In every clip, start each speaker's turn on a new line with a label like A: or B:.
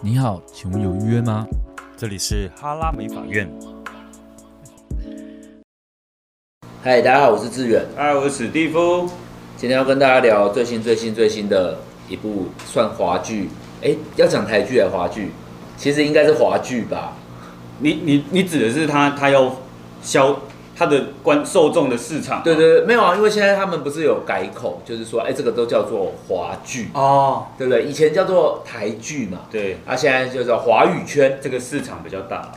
A: 你好，请问有预约吗？
B: 这里是哈拉美法院。
C: 嗨，大家好，我是志远。
B: 嗨，我是史蒂夫。
C: 今天要跟大家聊最新、最新、最新的一部算华剧，哎，要讲台剧还是华剧？其实应该是华剧吧。
B: 你你你指的是他他要消他的观受众的市场吗？
C: 对对对，没有啊，因为现在他们不是有改口，就是说，哎，这个都叫做华剧，
B: 哦，
C: 对不对？以前叫做台剧嘛，
B: 对，
C: 啊，现在就叫华语圈，
B: 这个市场比较大。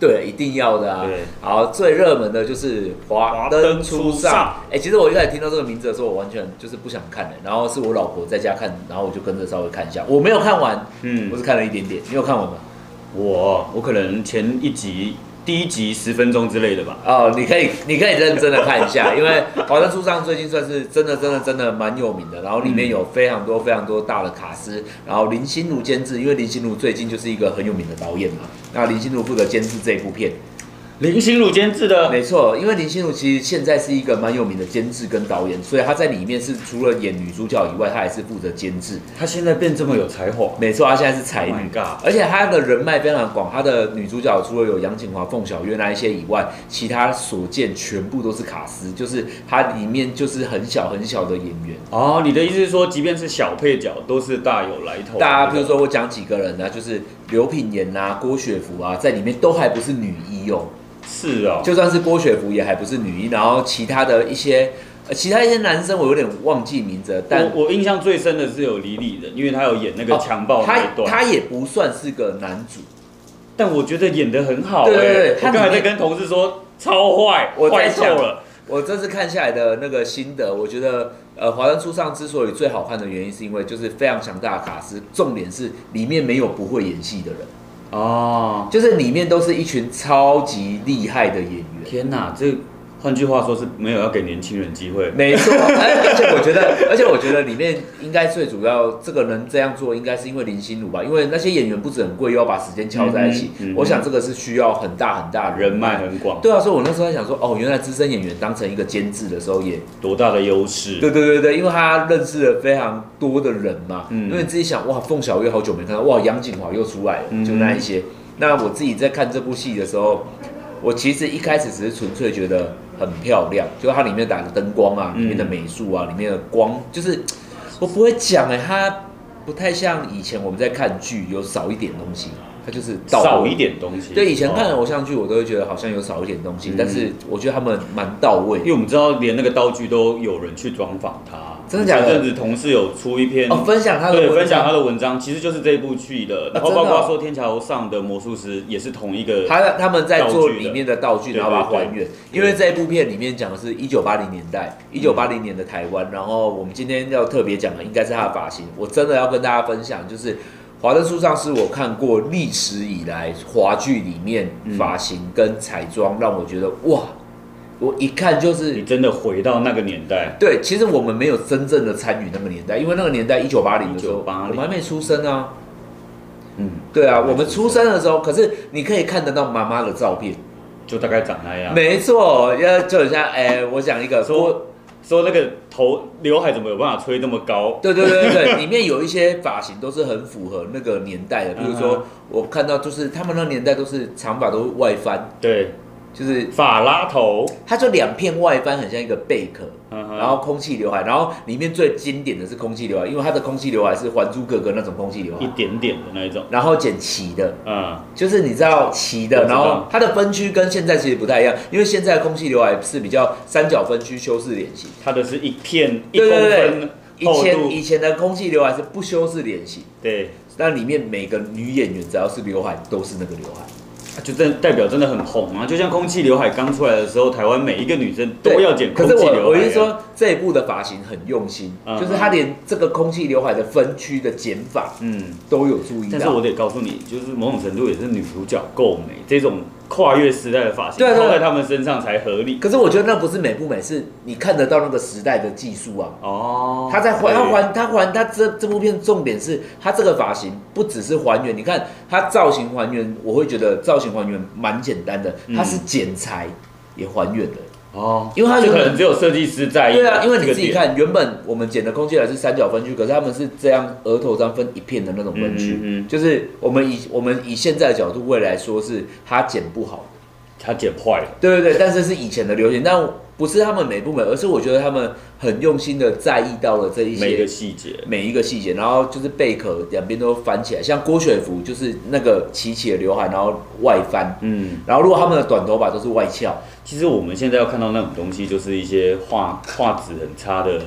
C: 对，一定要的啊
B: 对。
C: 好，最热门的就是华
B: 华灯
C: 灯初
B: 初
C: 上
B: 上。
C: 哎，其实我一开始听到这个名字的时候，我完全就是不想看的。然后是我老婆在家看，然后我就跟着稍微看一下，我没有看完，
B: 嗯
C: 我只看了一点点。你有看完吗？
B: 我我可能前一集第一集十分钟之类的吧。
C: 哦，你可以，你可以认真的看一 下，因为《华灯初上》最近算是真的、真的、真的蛮有名的，然后里
B: 嗯
C: 面有非常多、非常多大的卡司，然后林心如监制，因为林心如最近就是一个很有名的导演嘛，那林心如负责监制这一部片，
B: 林心如监制 的，
C: 没错，因为林心如其实现在是一个蛮有名的监制跟导演，所以她在里面是除了演女主角以外，她还是负责监制，
B: 他现在变这么有才华。
C: 没错，她现在是才
B: Oh my
C: 女
B: god
C: 而且她的人脉非常广。她的女主角除了有杨景华、凤小岳那一些以外，其他所见全部都是卡司，就是她里面就是很小很小的演员。
B: 哦，你的意思是说，即便是小配角，都是大有来头的。
C: 大家比如说我讲几个人啊，就是刘品言啊、郭雪芙啊，在里面都还不是女一哦，
B: 是哦，
C: 就算是郭雪芙也还不是女一。然后其他的一些，呃、其他一些男生我有点忘记名字了，但哦
B: 我我印象最深的是有李李仁，因为他有演那个强暴那
C: 他
B: 一段，
C: 他也不算是个男主。
B: 但我觉得演得很好、欸。
C: 对对对
B: 我
C: 他
B: 刚才
C: 里
B: 在
C: 面
B: 跟同事说超坏，
C: 我在
B: 坏
C: 想
B: 透了。
C: 我这次看下来的那个心得，我觉得呃，《华灯初上》之所以最好看的原因，是因为就是非常强大的卡司，重点是里面没有不会演戏的人，
B: 哦，
C: 就是里面都是一群超级厉害的演员。
B: 天哪，这换句话说是没有要给年轻人机会。
C: 没错，而而且我觉得，而且我觉得里面应该最主要，这个能这样做，应该是因为林心如吧，因为那些演员不止很贵，又要把时间敲在一起，
B: 嗯嗯嗯嗯
C: 我想这个是需要很大很大的
B: 人脉。很广，
C: 对啊，所以我那时候在想说，哦，原来资深演员当成一个监制的时候也
B: 多大的优势？
C: 对对对对，因为他认识了非常多的人嘛，
B: 嗯
C: 因为你自己想，哇，凤小岳好久没看到，哇，杨景华又出来了，
B: 嗯
C: 就那一些。那我自己在看这部戏的时候，我其实一开始只是纯粹觉得很漂亮，就是它里面打的灯光啊，
B: 嗯
C: 里面的美术啊，里面的光，就是我不会讲哎、它不太像以前我们在看剧有少一点东西，它就是到位
B: 少一。点东西。
C: 对，以前看的
B: 哦
C: 偶像剧，我都会觉得好像有少一点东西，
B: 嗯
C: 但是我觉得他们蛮到位
B: 因为我们知道连那个道具都有人去装仿它。
C: 真的假的
B: 前阵子同事有出一篇
C: 哦。分享他的
B: 对，
C: 文
B: 分享
C: 章
B: 他的文章，其实就是这部剧的，然后
C: 真的
B: 包
C: 哦
B: 括说《天桥上的魔术师》也是同一个，
C: 他他们在做里面的道具，
B: 道具的
C: 然后把它还原。
B: 对
C: 因为这一部片里面讲的是一九八零年代，一九八零年的台湾。然后我们今天要特别讲的应该是他的发型。我真的要跟大家分享，就是《华灯初上》是我看过历史以来华剧里面发型跟彩妆，让我觉得哇，我一看就是
B: 你真的回到那个年代，
C: 对，其实我们没有真正的参与那个年代，因为那个年代一九八零的时候，
B: 1980
C: 我们还没出生啊。
B: 嗯，
C: 对啊，
B: 还没
C: 我们出
B: 出
C: 生的时候，可是你可以看得到妈妈的照片。
B: 就大概长那样。
C: 没错，要就很像哎、我讲一个
B: 说
C: 说，
B: 说那个头刘海怎么有办法吹那么高？
C: 对对对对，里面有一些发型都是很符合那个年代的，比如
B: 嗯
C: 说我看到就是他们那年代都是长发都是外翻，
B: 对，
C: 就是
B: 法拉头，
C: 它就两片外翻，很像一个贝壳。
B: 嗯哼
C: 然后空气刘海，然后里面最经典的是空气刘海，因为它的空气刘海是《还珠格格》那种空气刘
B: 一
C: 海，
B: 点点的那一种，
C: 然后剪齐的，
B: 嗯，
C: 就是你知道齐
B: 我
C: 的，
B: 知道
C: 然后它的分区跟现在其实不太一样，因为现在的空气刘海是比较三角分区修饰脸型，
B: 它的是一片一
C: 对
B: 公
C: 对对
B: 分
C: 以
B: 厚
C: 前以
B: 度，
C: 前的空气刘海是不修饰脸型，
B: 对，
C: 那里面每个女演员只要是刘海都是那个刘海，
B: 就真的代表真的很红啊！就像空气刘海刚出来的时候，台湾每一个女生都
C: 对
B: 要剪
C: 可
B: 空
C: 是
B: 气
C: 我
B: 刘海、啊。
C: 我是，说这一部的发型很用心，
B: 嗯
C: 就是他连这个空气刘海的分区的剪法
B: 嗯，
C: 都有注意
B: 但是我
C: 到。
B: 得告诉你，就是某种程度也是女主角够美，这种跨越时代的发型
C: 对对对
B: 套在她们身上才合理。
C: 可是我觉得那不是美不美，是你看得到那个时代的技术啊。
B: 哦，
C: 他在还
B: 对
C: 他还他还他这这部片重点是他这个发型不只是还原，你看他造型还原，我会觉得造型还原蛮简单的，
B: 嗯
C: 他是剪裁也还原的，哦，因为它
B: 就
C: 原
B: 可
C: 本
B: 能只有设计师在意。
C: 对啊，因为你自己，看，原本我们剪的空气来是三角分区，可是他们是这样额头这样分一片的那种分区，
B: 嗯嗯嗯
C: 就是我们以我们以现在的角度未来说是它剪不好，
B: 他剪坏了。
C: 对 对对，但是是以前的流行，但不是他们美不美，而是我觉得他们很用心的在意到了这一
B: 每一
C: 些。
B: 个细节，
C: 每一个细节，然后就是贝壳两边都翻起来，像郭雪芙就是那个齐齐的刘海，然后外翻，
B: 嗯，
C: 然后如果他们的短头发都是外翘，
B: 其实我们现在要看到那种东西，就是一些画画质很差的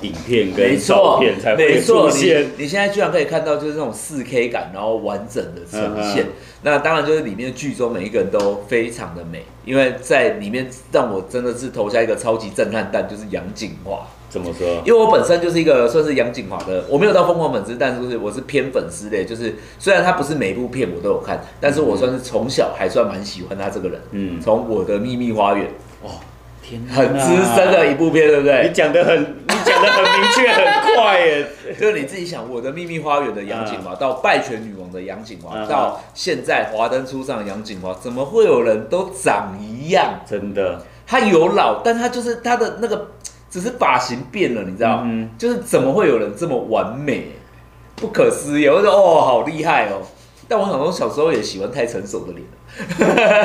B: 影片
C: 没
B: 跟照
C: 错
B: 片才，
C: 没
B: 会
C: 错
B: 出，现
C: 你。你现在居然可以看到就是那种四 K 感，然后完整的呈现。
B: 嗯嗯
C: 那当然就是里面的剧中每一个人都非常的美，因为在里面让我真的是投下一个超级震撼弹，就是杨景华。
B: 怎么说？
C: 因为我本身就是一个算是杨景华的，我没有到疯狂粉丝，但是就是我是偏粉丝类，就是虽然他不是每一部片我都有看，但是我算是从小还算蛮喜欢他这个人。
B: 嗯
C: 从我的秘密花园
B: 哦，天哪，
C: 很资深的一部片，对不对？
B: 你讲的很，你讲的很明确，很快耶。
C: 就是你自己想，我的秘密花园的杨景华，到拜权女王的杨景华，
B: 嗯
C: 到现在华灯初上的杨景华，怎么会有人都长一样？
B: 真的，
C: 他有老，但他就是他的那个，只是发型变了，你知道？
B: 嗯
C: 就是怎么会有人这么完美？不可思议！我就说哦，好厉害哦。但我想说，小时候也喜欢太成熟的脸，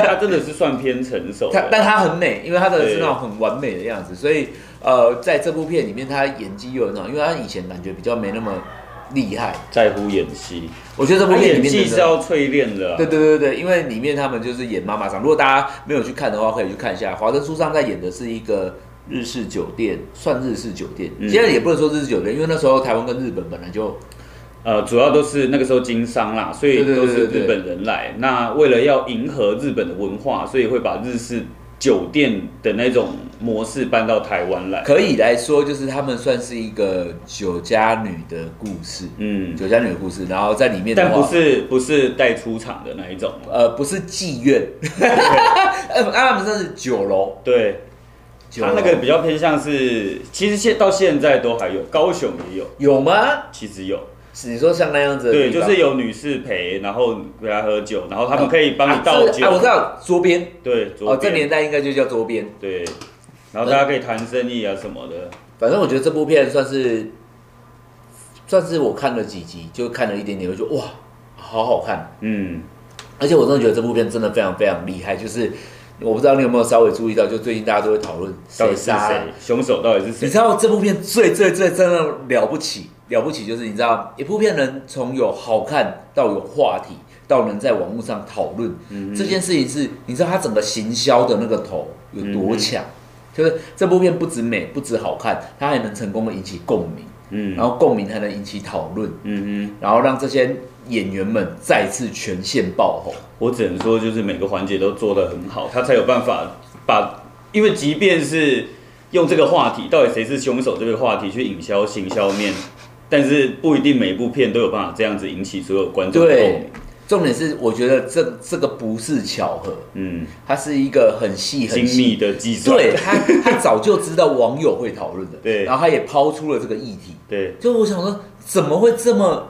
B: 他真的是算偏成熟
C: 他
B: 的。
C: 但他很美，因为他真的是
B: 对
C: 那种很完美的样子，所以呃，在这部片里面，他演技又有那种，因为他以前感觉比较没那么厉害。
B: 在乎演戏，
C: 我觉得这部
B: 他
C: 片里
B: 演
C: 面
B: 戏
C: 真的
B: 是要淬炼的啊。
C: 对对对对，因为里面他们就是演妈妈桑。如果大家没有去看的话，可以去看一下。华灯初上在演的是一个日式酒店，算日式酒店。
B: 嗯
C: 现在也不能说日式酒店，因为那时候台湾跟日本本来就
B: 呃，主要都是那个时候经商啦，所以
C: 对对对
B: 都是
C: 对对
B: 日本人来。那为了要迎合日本的文化，所以会把日式酒店的那种模式搬到台湾来。
C: 可以来说，就是他们算是一个酒家女的故事，
B: 嗯，
C: 酒家女的故事。然后在里面的
B: 但
C: 话，
B: 不是不是带出场的那一种。啊
C: 呃不是妓 院，呃不他们算是酒楼，
B: 对，
C: 酒
B: 它
C: 楼
B: 那个比较偏向是，其实现到现在都还有，高雄也有，
C: 有吗？
B: 其实有。
C: 你说像那样子的
B: 对，
C: 地
B: 就
C: 方
B: 是有女士陪，然后陪她喝酒，然后他们可以帮你倒
C: 啊是
B: 酒。
C: 啊，我知道桌边
B: 对，左
C: 哦，这
B: 边
C: 年代应该就叫桌边。
B: 对，然后大家可以谈生意啊什么的。
C: 反正我觉得这部片算是，算是我看了几集，就看了一点点，我就觉得哇，好好看！
B: 嗯，
C: 而且我真的觉得这部片真的非常非常厉害，就是我不知道你有没有稍微注意到，就最近大家都会讨论
B: 到底
C: 谁
B: 是
C: 杀了
B: 谁？凶手到底是
C: 你
B: 谁
C: 知？道这部片最最最真的了不起，了不起就是你知道，一部片能从有好看到有话题，到能在网络上讨论、
B: 嗯
C: 这件事情是，你知道它整个行销的那个头有
B: 嗯
C: 多强、就是这部片不止美，不止好看，它还能成功的引起共鸣，
B: 嗯
C: 然后共鸣还能引起讨论，
B: 嗯
C: 然后让这些演员们再次全线爆红。
B: 哼，我只能说就是每个环节都做得很好，他才有办法把，因为即便是用这个话题，到底谁是凶手这个话题去引销行销面，但是不一定每部片都有办法这样子引起所有观众的共鸣
C: 对。，重点是我觉得这这个不是巧合，
B: 嗯，
C: 它是一个很细
B: 精
C: 很细
B: 密的计算。
C: 对他，他早就知道网友会讨论的，
B: 对
C: 然后他也抛出了这个议题，
B: 对
C: 就我想说，怎么会这么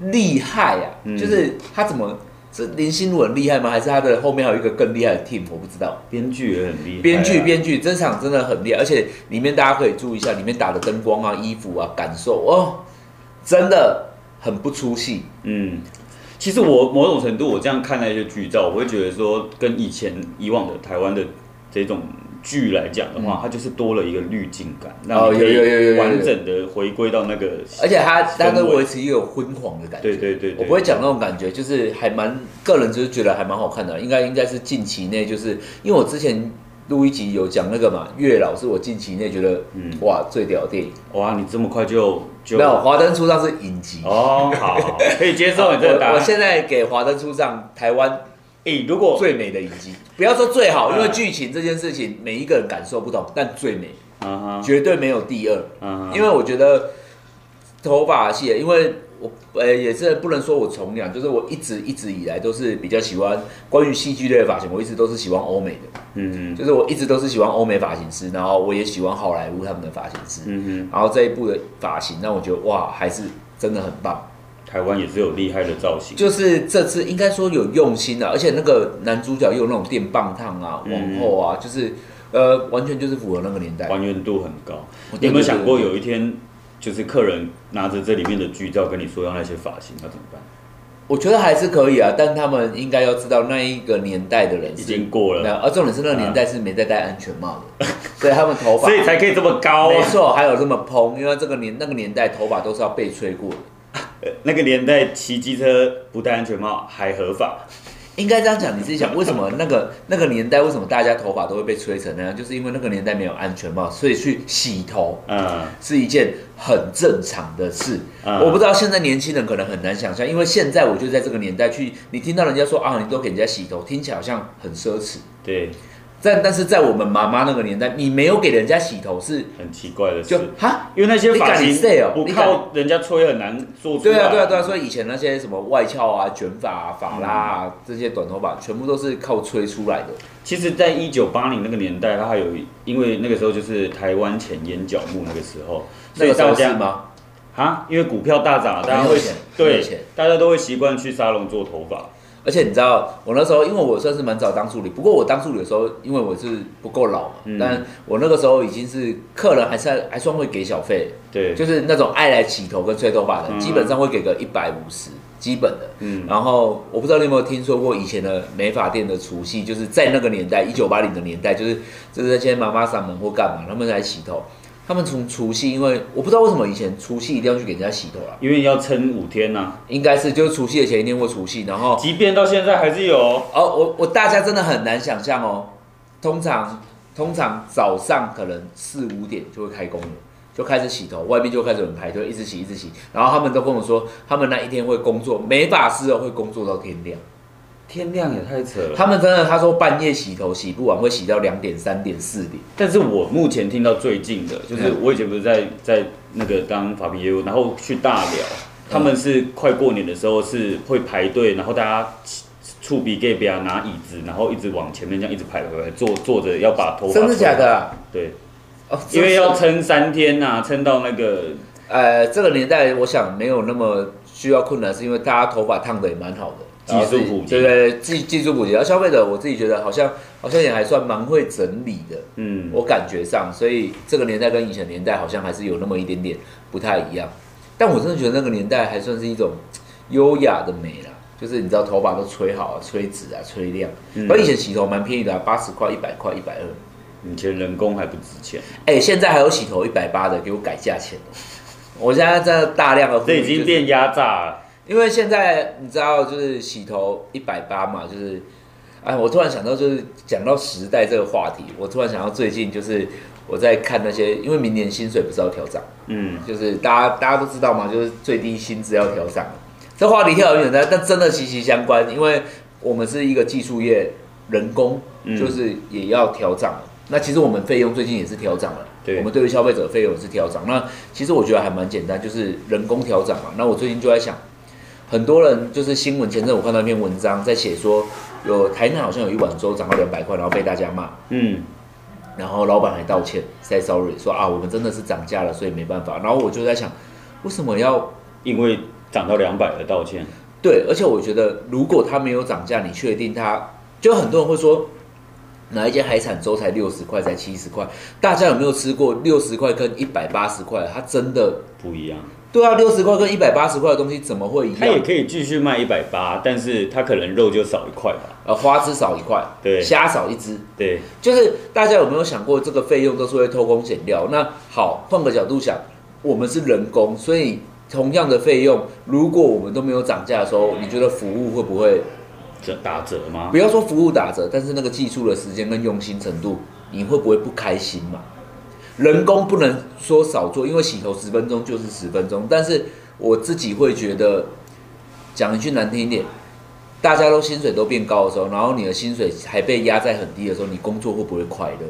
C: 厉害呀、啊？
B: 嗯
C: 就是他怎么是林心如很厉害吗？还是他的后面还有一个更厉害的 team？我不知道。
B: 编剧也很厉害啊。
C: 编剧编剧，这场真的很厉害，而且里面大家可以注意一下，里面打的灯光啊、衣服啊、感受哦，真的很不出戏。
B: 嗯，其实我某种程度我这样看那些剧照，我会觉得说，跟以前以往的台湾的这种剧来讲的话，它就是多了一个滤镜感，
C: 嗯
B: 让
C: 哦
B: 你可
C: 有有有有有
B: 以
C: 有
B: 完整的回归到那个，
C: 而且他他都
B: 氛围
C: 维持一个昏黄的感觉，
B: 对对对对
C: 我不会讲那种感觉，就是还蛮个人就是觉得还蛮好看的，应该应该是近期内，就是因为我之前录一集有讲那个嘛，月老是我近期内觉得嗯
B: 嗯
C: 哇最屌的电影，
B: 哇，你这么快就就
C: 没有《华灯初上》是影集。
B: 哦，好好，可以接受你这个答
C: 我我
B: 案。
C: 现在给《华灯初上》台湾
B: 诶，如果
C: 最美的影集，不要说最好，
B: 嗯
C: 因为剧情这件事情每一个人感受不同，但最美
B: 啊哈，
C: 绝对没有第二。
B: 啊哈，
C: 因为我觉得头发系，因为我呃也是不能说我从良，就是我一直一直以来都是比较喜欢关于戏剧类的发型，我一直都是喜欢欧美的，
B: 嗯嗯
C: 就是我一直都是喜欢欧美发型师，然后我也喜欢好莱坞他们的发型师，
B: 嗯
C: 然后这一部的发型让我觉得哇，还是真的很棒，
B: 哼，台湾也是有厉害的造型，
C: 就是这次应该说有用心的、而且那个男主角又有那种电棒烫啊、
B: 嗯
C: 往后啊，就是呃，完全就是符合那个年代。
B: 还原度很高。
C: 我
B: 你有没有想过
C: 对对对
B: 有一天，就是客人拿着这里面的剧照跟你说要那些发型，那怎么办？
C: 我觉得还是可以啊，但他们应该要知道那一个年代的人是
B: 已经过了啊
C: 那而重点是那个年代是没在戴安全帽的， 所以他们头发
B: 所以才可以这么高
C: 没
B: 啊！
C: 错，还有这么蓬，因为这个年那个年代头发都是要被吹过的。
B: 那个年代骑机车不戴安全帽还合法，
C: 应该这样讲，你自己想，为什么那个那个年代，为什么大家头发都会被吹成那样？就是因为那个年代没有安全帽，所以去洗头
B: 嗯，
C: 是一件很正常的事。
B: 嗯
C: 我不知道现在年轻人可能很难想象，因为现在我就在这个年代去，你听到人家说啊，你都给人家洗头，听起来好像很奢侈。
B: 对，
C: 但但是在我们妈妈那个年代，你没有给人家洗头是
B: 很奇怪的
C: 就
B: 事。
C: 哈。
B: 因为那些发型
C: 你敢洗哦
B: 不
C: 你敢
B: 靠人家吹很难做出
C: 对
B: 来。
C: 啊，对啊，对啊，所以以前那些什么外翘啊、卷发啊、发拉
B: 嗯
C: 啊、这些短头发，全部都是靠吹出来的。
B: 其实，在一九八零那个年代，它还有一，因为那个时候就是台湾前眼角目那个时候，
C: 那
B: 所以
C: 个时
B: 大
C: 候是
B: 家
C: 吗？哦
B: 啊，因为股票大涨，大家
C: 很有
B: 会
C: 钱很
B: 对
C: 有钱，
B: 大家都会习惯去沙龙做头发。
C: 而且你知道，我那时候因为我算是蛮早当助理，不过我当助理的时候，因为我是不够老嘛，
B: 嗯
C: 但我那个时候已经是客人还是还算会给小费，
B: 对，
C: 就是那种爱来洗头跟吹头发的，
B: 嗯
C: 基本上会给个一百五十，基本的。
B: 嗯，
C: 然后我不知道你有没有听说过以前的美发店的除夕，就是在那个年代，一九八零的年代，就是就是那些妈妈上门或干嘛，他们来洗头，他们从除夕，因为我不知道为什么以前除夕一定要去给人家洗头啦，
B: 因为要撑五天呐、
C: 应该是就是除夕的前一天或除夕，然后
B: 即便到现在还是有哦。
C: 哦，我我大家真的很难想象哦。通常通常早上可能四五点就会开工了，就开始洗头，外面就开始有人排队，一直洗一直洗。然后他们都跟我说，他们那一天会工作，美发师哦会工作到天 亮。
B: 天亮也太扯了。
C: 他们真的他说半夜洗头洗不完，会洗到两点、三点、四点。
B: 但是我目前听到最近的，就是
C: 嗯
B: 我以前不是在在那个当法皮业务，然后去大寮，他们是快过年的时候是会排队，然后大家触鼻 gay 啊拿椅子，然后一直往前面这样一直排排排坐坐着要把头发
C: 真的
B: 吹
C: 假？的、啊？
B: 对，
C: 哦，
B: 因为要
C: 真是
B: 撑三天呐、撑到那个
C: 呃这个年代，我想没有那么需要困难，是因为大家头发烫的也蛮好的。
B: 技术普及
C: 对对对，技技术普及，而消费者我自己觉得好像好像也还算蛮会整理的，
B: 嗯，
C: 我感觉上，所以这个年代跟以前年代好像还是有那么一点点不太一样。但我真的觉得那个年代还算是一种嘖优雅的美啦，就是你知道头发都吹好啊、吹直啊、吹亮。
B: 嗯
C: 而以前洗头蛮便宜的、啊，八十块、一百块、一百二。
B: 以前人工还不值钱，
C: 哎，现在还有洗头一百八的，给我改价钱 哦。我现在在大量的呼
B: 这
C: 吁
B: 已经
C: 就是
B: 变压榨了。
C: 因为现在你知道，就是洗头一百八嘛，就是，哎，我突然想到，就是讲到时代这个话题，我突然想到最近就是我在看那些，因为明年薪水不是要调涨，
B: 嗯，
C: 就是大家大家都知道嘛，就是最低薪资要调涨了。这话题跳得有点远，但但真的息息相关，因为我们是一个技术业，人工
B: 嗯
C: 就是也要调涨了。那其实我们费用最近也是调涨了，
B: 对
C: 我们对于消费者费用也是调涨。那其实我觉得还蛮简单，就是人工调涨嘛。那我最近就在想，很多人就是新闻前阵我看到一篇文章在写说，有台南好像有一碗粥涨到两百块，然后被大家骂。
B: 嗯，
C: 然后老板还道歉，say sorry，说啊，我们真的是涨价了，所以没办法。然后我就在想，为什么要
B: 因为涨到两百而道歉，
C: 对？而且我觉得，如果他没有涨价，你确定他就很多人会说，哪一间海产粥才六十块，才七十块？大家有没有吃过六十块跟一百八十块？它真的
B: 不一样。
C: 对啊，六十块跟一百八十块的东西怎么会一
B: 它也
C: 样？
B: 可以继续卖一百八，但是它可能肉就少一块吧。
C: 呃，花枝少一块，
B: 对
C: 虾少一只，
B: 对，
C: 就是大家有没有想过，这个费用都是会偷工减料？那好，换个角度想，我们是人工，所以同样的费用，如果我们都没有涨价的时候，你觉得服务会不会？
B: 折打折吗
C: 不？要说服务打折，但是那个技术的时间跟用心程度，你会不会不开心嘛？人工不能说少做，因为洗头十分钟就是十分钟，但是我自己会觉得，讲一句难听一点，大家都薪水都变高的时候，然后你的薪水还被压在很低的时候，你工作会不会快乐？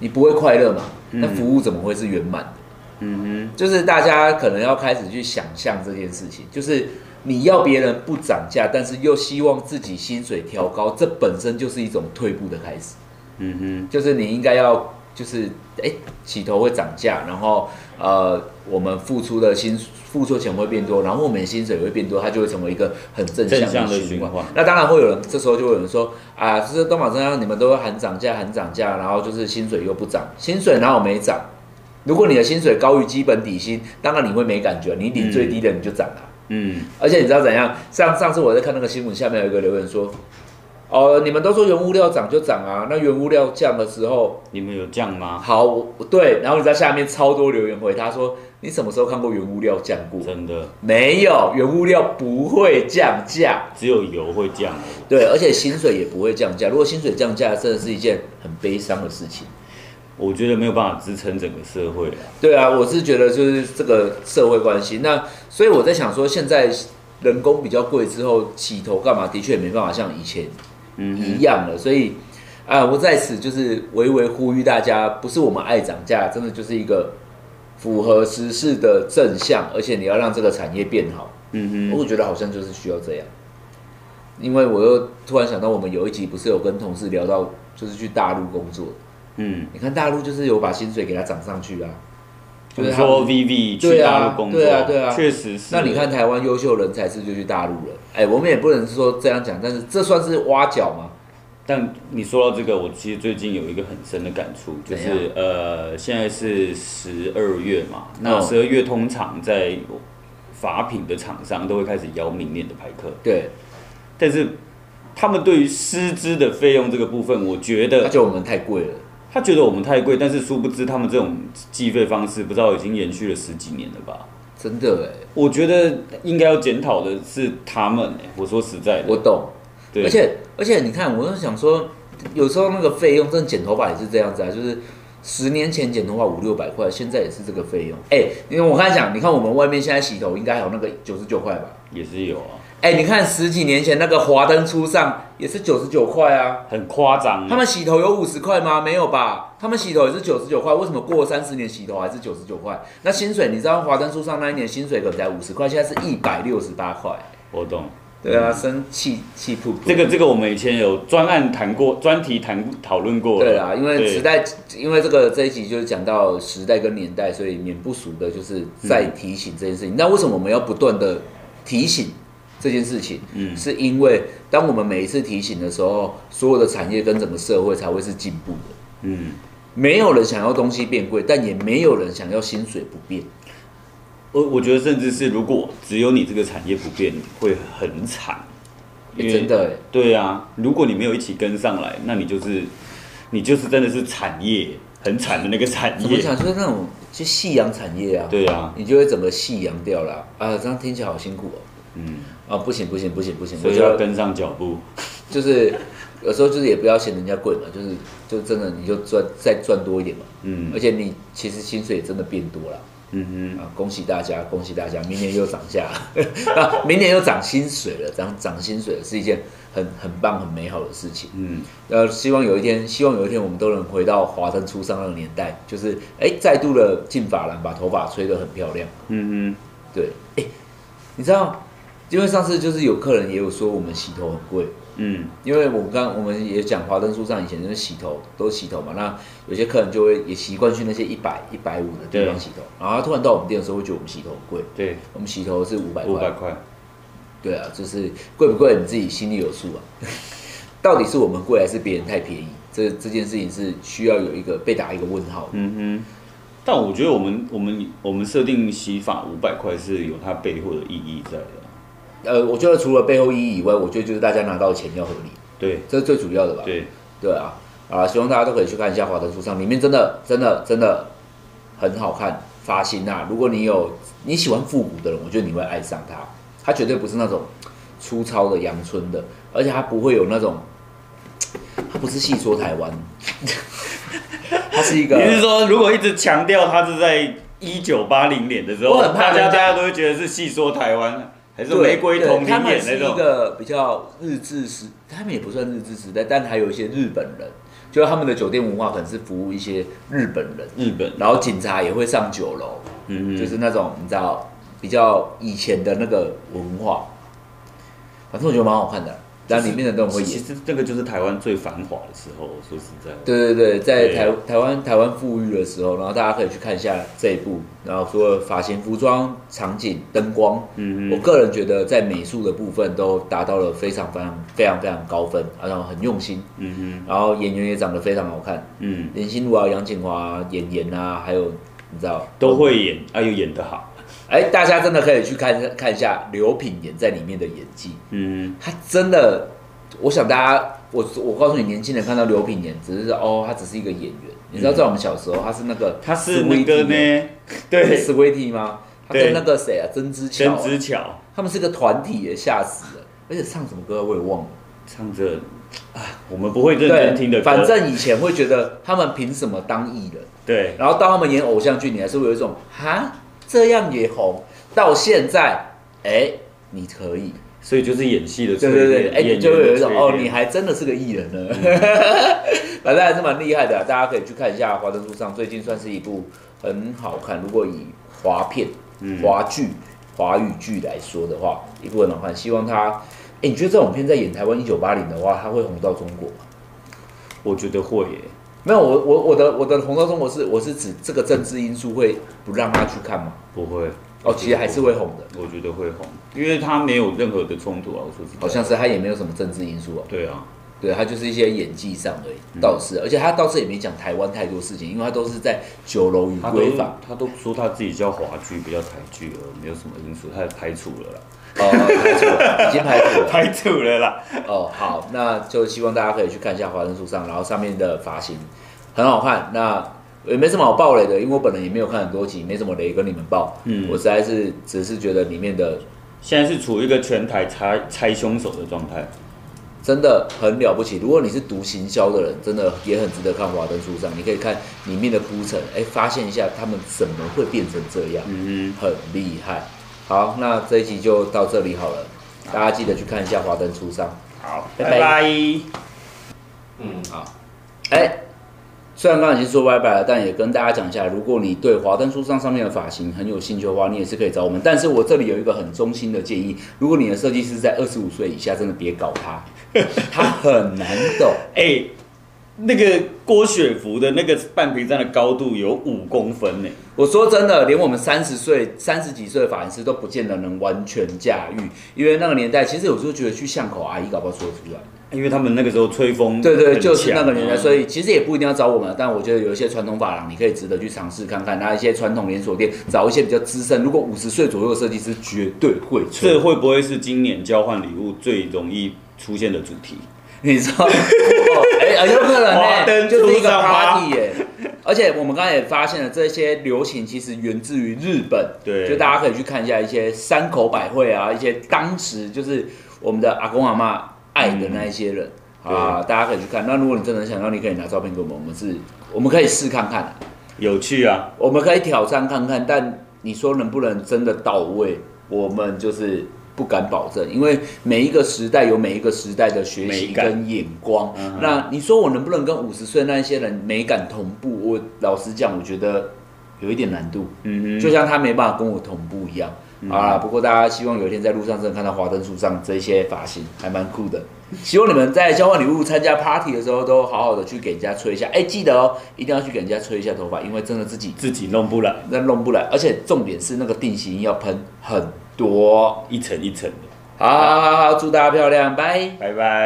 C: 你不会快乐嘛？那服务怎么会是圆满的？
B: 嗯
C: 就是大家可能要开始去想象这件事情，就是你要别人不涨价，但是又希望自己薪水调高，这本身就是一种退步的开始。
B: 哼，嗯
C: 就是你应该要就是哎、起头会涨价，然后呃我们付出的薪付出的钱会变多，然后我们的薪水也会变多，它就会成为一个很正向
B: 正向的
C: 循
B: 循环
C: 那当然会有人这时候就会有人说啊，就是东马中央你们都会喊涨价喊涨价，然后就是薪水又不涨，薪水哪有没涨？如果你的薪水高于基本底薪，当然你会没感觉，你领最低的你就涨了、
B: 嗯，
C: 而且你知道怎样？上上次我在看那个新闻，下面有一个留言说：“哦，你们都说原物料涨就涨啊，那原物料降的时候，
B: 你们有降吗？
C: 好，我对。”然后你知道下面超多留言回他说：“你什么时候看过原物料降过？
B: 真的，
C: 没有，原物料不会降价。
B: 只有油会降而已。
C: 对，而且薪水也不会降价。如果薪水降价，真的是一件很悲伤的事情。
B: 我觉得没有办法支撑整个社会啊。
C: 对啊，我是觉得就是这个社会关系。那所以我在想说，现在人工比较贵之后，起头干嘛的确也没办法像以前一
B: 嗯，
C: 样了。所以，啊、我在此就是微微呼吁大家，不是我们爱涨价，真的就是一个符合时事的正向，而且你要让这个产业变好。
B: 嗯
C: 我觉得好像就是需要这样。因为我又突然想到，我们有一集不是有跟同事聊到，就是去大陆工作，
B: 哼，嗯，
C: 你看大陆就是有把薪水给它涨上去啊，就
B: 就是是
C: 他们
B: 说 Vivi 去
C: 对啊
B: 大陆工作，
C: 对啊对啊
B: 确实是。
C: 那你看，台湾优秀人才是就去大陆了，哎、我们也不能说这样讲，但是这算是挖角吗？
B: 但你说到这个，我其实最近有一个很深的感触，就
C: 怎
B: 是
C: 样
B: 呃，现在是十二月嘛，
C: 嗯
B: 那十二月通常在法品的厂商都会开始邀明年的排课，
C: 对，
B: 但是他们对于师资的费用这个部分，我觉
C: 他
B: 得
C: 觉得我们太贵了，
B: 他觉得我们太贵，但是殊不知他们这种计费方式，不知道已经延续了十几年了吧。
C: 真的哎、
B: 我觉得应该要检讨的是他们、欸，我说实在的，
C: 我懂。
B: 对，
C: 而且而且你看，我就想说，有时候那个费用，真的剪头发也是这样子啊，就是十年前剪头发五六百块，现在也是这个费用。哎、因为我刚才讲，你看我们外面现在洗头应该还有那个九十九块吧？
B: 也是有啊，
C: 哎、你看十几年前那个华灯初上也是九十九块啊。
B: 很夸张、
C: 他们洗头有五十块吗？没有吧？他们洗头也是九十九块，为什么过了三十年洗头还是九十九块？那薪水你知道华灯初上那一年薪水可能才五十块，现在是一百六十八块。
B: 我懂。
C: 对啊，生气气噗噗。
B: 嗯这个这个我们以前有专案谈过，专题谈讨论过了。
C: 对啊，因为
B: 对
C: 时代，因为这个这一集就是讲到时代跟年代，所以免不俗的就是
B: 嗯
C: 在提醒这件事情。那为什么我们要不断的提醒这件事情？
B: 嗯
C: 是因为当我们每一次提醒的时候，所有的产业跟整个社会才会是进步的。
B: 嗯，
C: 没有人想要东西变贵，但也没有人想要薪水不变。
B: 我我觉得甚至是如果只有你这个产业不变，会很惨。
C: 欸
B: 因为
C: 真的欸，
B: 对啊，如果你没有一起跟上来，那你就是你就是真的是产业很惨的那个产
C: 怎么
B: 业。
C: 讲？就是那种就夕阳产业啊，
B: 对啊，
C: 你就会整个夕阳掉了啊啊！这样听起来好辛苦哦。
B: 嗯，
C: 啊，不行不行不行不行，
B: 所
C: 我
B: 以
C: 觉
B: 要
C: 得
B: 跟上脚步。
C: 就是有时候就是也不要嫌人家贵嘛，就是就真的你就赚再赚多一点嘛。
B: 嗯
C: 而且你其实薪水也真的变多了
B: 嗯
C: 啊！恭喜大家，恭喜大家，明年又涨价了， 啊，明年又涨薪水了，涨涨薪水了是一件很很棒很美好的事情。
B: 哼，嗯，
C: 呃，希望有一天，希望有一天我们都能回到华灯初上那个年代，就是哎，再度的进发廊，把头发吹得很漂亮。
B: 嗯
C: 对，哎，你知道，因为上次就是有客人也有说我们洗头很贵，
B: 哼，嗯
C: 因为我刚我们也讲华灯初上以前就是洗头都洗头嘛，那有些客人就会也习惯去那些一百一百五的地方
B: 对
C: 洗头，然后他突然到我们店的时候会觉得我们洗头很贵，
B: 对，
C: 我们洗头是五百
B: 五
C: 块
B: 百，块，
C: 对啊，就是贵不贵你自己心里有数啊。 到底是我们贵还是别人太便宜？这这件事情是需要有一个被打一个问号的。
B: 嗯哼。但我觉得我们我们我们设定洗法五百块是有它背后的意义在的，
C: 呃，我觉得除了背后意义以外，我觉得就是大家拿到的钱要合理，
B: 对
C: 这是最主要的吧？
B: 对，
C: 对啊，啊，希望大家都可以去看一下《华灯初上》，里面真的真的真的很好看，发型啊！如果你有你喜欢复古的人，我觉得你会爱上它。它绝对不是那种粗糙的阳春的，而且它不会有那种， 它不是戏说台湾，它是一个。
B: 你是说，如果一直强调他是在一九八零年的时候
C: 我，很怕
B: 大家
C: 人家
B: 大家都会觉得是戏说台湾，还是
C: 对
B: 玫瑰同
C: 对
B: 林
C: 他们
B: 演
C: 是
B: 那
C: 一
B: 种？
C: 个比较日治时，他们也不算日治时代，但还有一些日本人，就是他们的酒店文化可能是服务一些日本人，
B: 日本，
C: 然后警察也会上酒楼，
B: 嗯
C: 就
B: 嗯，
C: 是那种你知道比较以前的那个文化，反正我觉得蛮好看的。但里面的都很会
B: 其
C: 演。
B: 实这个就是台湾最繁华的时候，说实在的，
C: 对对对，在
B: 对
C: 台台湾台湾富裕的时候，然后大家可以去看一下这一部，然后说发型、服装、场景、灯光，
B: 嗯
C: 我
B: 哼，
C: 个人觉得在美术的部分都达到了非常非常非常非常高分，然后很用心，
B: 嗯
C: 然后演员也长得非常好看，
B: 哼，嗯，
C: 林心如啊、杨景华、啊、演员啊，还有你知道
B: 都会演，啊，又演得好，
C: 哎，大家真的可以去看看一下刘品言在里面的演技，
B: 嗯
C: 他真的，我想大家，我我告诉你，年轻人看到刘品言，只是哦，他只是一个演员。你知道，在我们小时候，他是那个
B: 哼，嗯他是那个
C: Sweetie 吗，
B: 呢，
C: 是 啊
B: 对，
C: Sweetie 吗？他
B: 对
C: 跟那个谁啊，曾之乔
B: 曾
C: 啊，
B: 之乔
C: 他们是个团体耶，吓死了。而且唱什么歌我也忘了，
B: 唱着，啊，我们不会认真听的歌，
C: 反正以前会觉得他们凭什么当艺人，
B: 对，
C: 然后当他们演偶像剧，你还是会有一种哈这样也红。到现在，哎，你可以，
B: 所以就是演戏的
C: 对
B: 淬
C: 对
B: 炼，
C: 对，哎、
B: 演员
C: 就会有一
B: 的嗯
C: 种
B: 淬
C: 哦，
B: 炼
C: 你还真的是个艺人呢， 反正还是蛮厉害的啊、大家可以去看一下《华灯初上》，最近算是一部很好看。如果以华片、
B: 嗯
C: 华剧、华语剧来说的话，一部很好看。希望它，哎、你觉得这种片在演台湾一九八零的话，它会红到中国吗？
B: 我觉得会耶，
C: 没有，我我我的我的红到中国是我是指这个政治因素会不让他去看吗？
B: 不会，
C: 哦，其实还是会红的，
B: 我觉得会红，因为他没有任何的冲突啊，我说实在的，
C: 好像是他也没有什么政治因素哦。
B: 对啊，
C: 对他就是一些演技上而
B: 嗯
C: 已，倒是，而且他倒是也没讲台湾太多事情，因为他都是在酒楼与
B: 他都
C: 闺房，
B: 他都说他自己叫华剧，不叫台剧了，没有什么因素，他排除了啦，
C: 哦，排除了，已经排除了。
B: 排除了啦，
C: 哦，好，那就希望大家可以去看一下《华灯初上》，然后上面的发型很好看，那也没什么好爆雷的，因为我本人也没有看很多集，没什么雷跟你们爆。
B: 嗯
C: 我实在是只是觉得里面的
B: 现在是处于一个全台猜猜凶手的状态。
C: 真的很了不起。如果你是读行销的人，真的也很值得看《华灯初上》，你可以看里面的铺陈，哎，发现一下他们怎么会变成这样。
B: 嗯
C: 很厉害。好，那这一集就到这里好了，大家记得去看一下《华灯初上》。
B: 哼，好，
C: 拜
B: 拜拜
D: 嗯，好。
C: 哎、虽然刚刚已经说拜拜了，但也跟大家讲一下，如果你对《华灯初上》上面的发型很有兴趣的话，你也是可以找我们。但是我这里有一个很衷心的建议，如果你的设计师在二十五岁以下，真的别搞他，他很难懂。
B: 哎、那个郭雪芙的那个半屏山的高度有五公分呢、
C: 我说真的，连我们三十岁、三十几岁的发型师都不见得能完全驾驭，因为那个年代，其实有时候觉得去巷口阿姨搞不好说得出来。
B: 因为他们那个时候吹风很强嗯
C: 对
B: 啊，
C: 对，就是那个年代，所
B: 以
C: 以其实也不一定要找我们，但我觉得有一些传统发廊，你可以值得去尝试看看。那一些传统连锁店，找一些比较资深，如果五十岁左右的设计师，绝对会吹
B: 这。会不会是今年交换礼物最容易出现的主题？
C: 你知道？ 哦哎、很有可能
B: 华
C: 呢、
B: 灯初上
C: 就
B: 吧
C: 是一个 party 耶、而且我们刚才也发现了，这些流行其实源自于日本。
B: 对
C: 就大家可以去看一下一些山口百惠啊，一些当时就是我们的阿公阿妈爱的那一些人。
B: 嗯
C: 啊，大家可以去看。那如果你真的很想要，你可以拿照片给我们，我们是，我们可以试看看。
B: 有趣啊！
C: 我们可以挑战看看，但你说能不能真的到位，我们就是不敢保证，因为每一个时代有每一个时代的学习
B: 美感
C: 跟眼光
B: 嗯哼。
C: 那你说我能不能跟五十岁那一些人美感同步？我老实讲，我觉得有一点难度，
B: 嗯
C: 就
B: 哼，
C: 像他没办法跟我同步一样。啊，不过大家希望有一天在路上真的看到华灯初上这些发型，还蛮酷 的。希望你们在交换礼物、参加 party 的时候，都好好的去给人家吹一下。哎，记得哦，一定要去给人家吹一下头发，因为真的自己
B: 自己弄不来，
C: 那弄不来，而且重点是那个定型要喷很多。
B: 一层一层的。
C: 好好好好，祝大家漂亮，拜。
B: 拜拜。